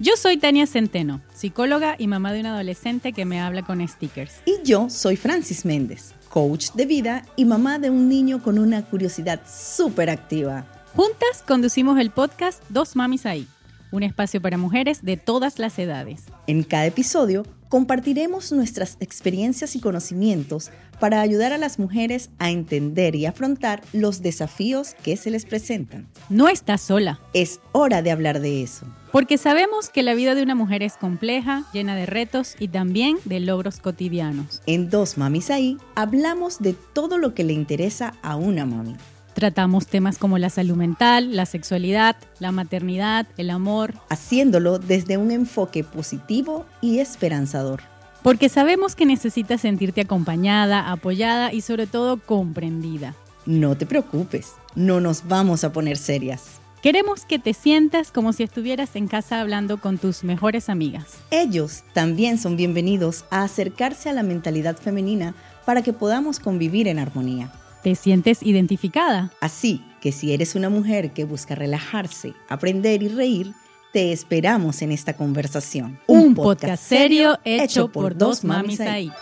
Yo soy Tania Centeno, psicóloga y mamá de un adolescente que me habla con stickers. Y yo soy Francis Méndez, coach de vida y mamá de un niño con una curiosidad súper activa. Juntas conducimos el podcast Dos Mamis Ahí, un espacio para mujeres de todas las edades. En cada episodio compartiremos nuestras experiencias y conocimientos para ayudar a las mujeres a entender y afrontar los desafíos que se les presentan. No estás sola, Es hora de hablar de eso. porque sabemos que la vida de una mujer es compleja, llena de retos y también de logros cotidianos. En Dos Mamis Ahí hablamos de todo lo que le interesa a una mami. Tratamos temas como la salud mental, la sexualidad, la maternidad, el amor, haciéndolo desde un enfoque positivo y esperanzador. porque sabemos que necesitas sentirte acompañada, apoyada y sobre todo comprendida. No te preocupes, no nos vamos a poner serias. Queremos que te sientas como si estuvieras en casa hablando con tus mejores amigas. Ellos también son bienvenidos a acercarse a la mentalidad femenina para que podamos convivir en armonía. ¿Te sientes identificada? Así que si eres una mujer que busca relajarse, aprender y reír, te esperamos en esta conversación. Un, podcast serio hecho por dos mamis ahí.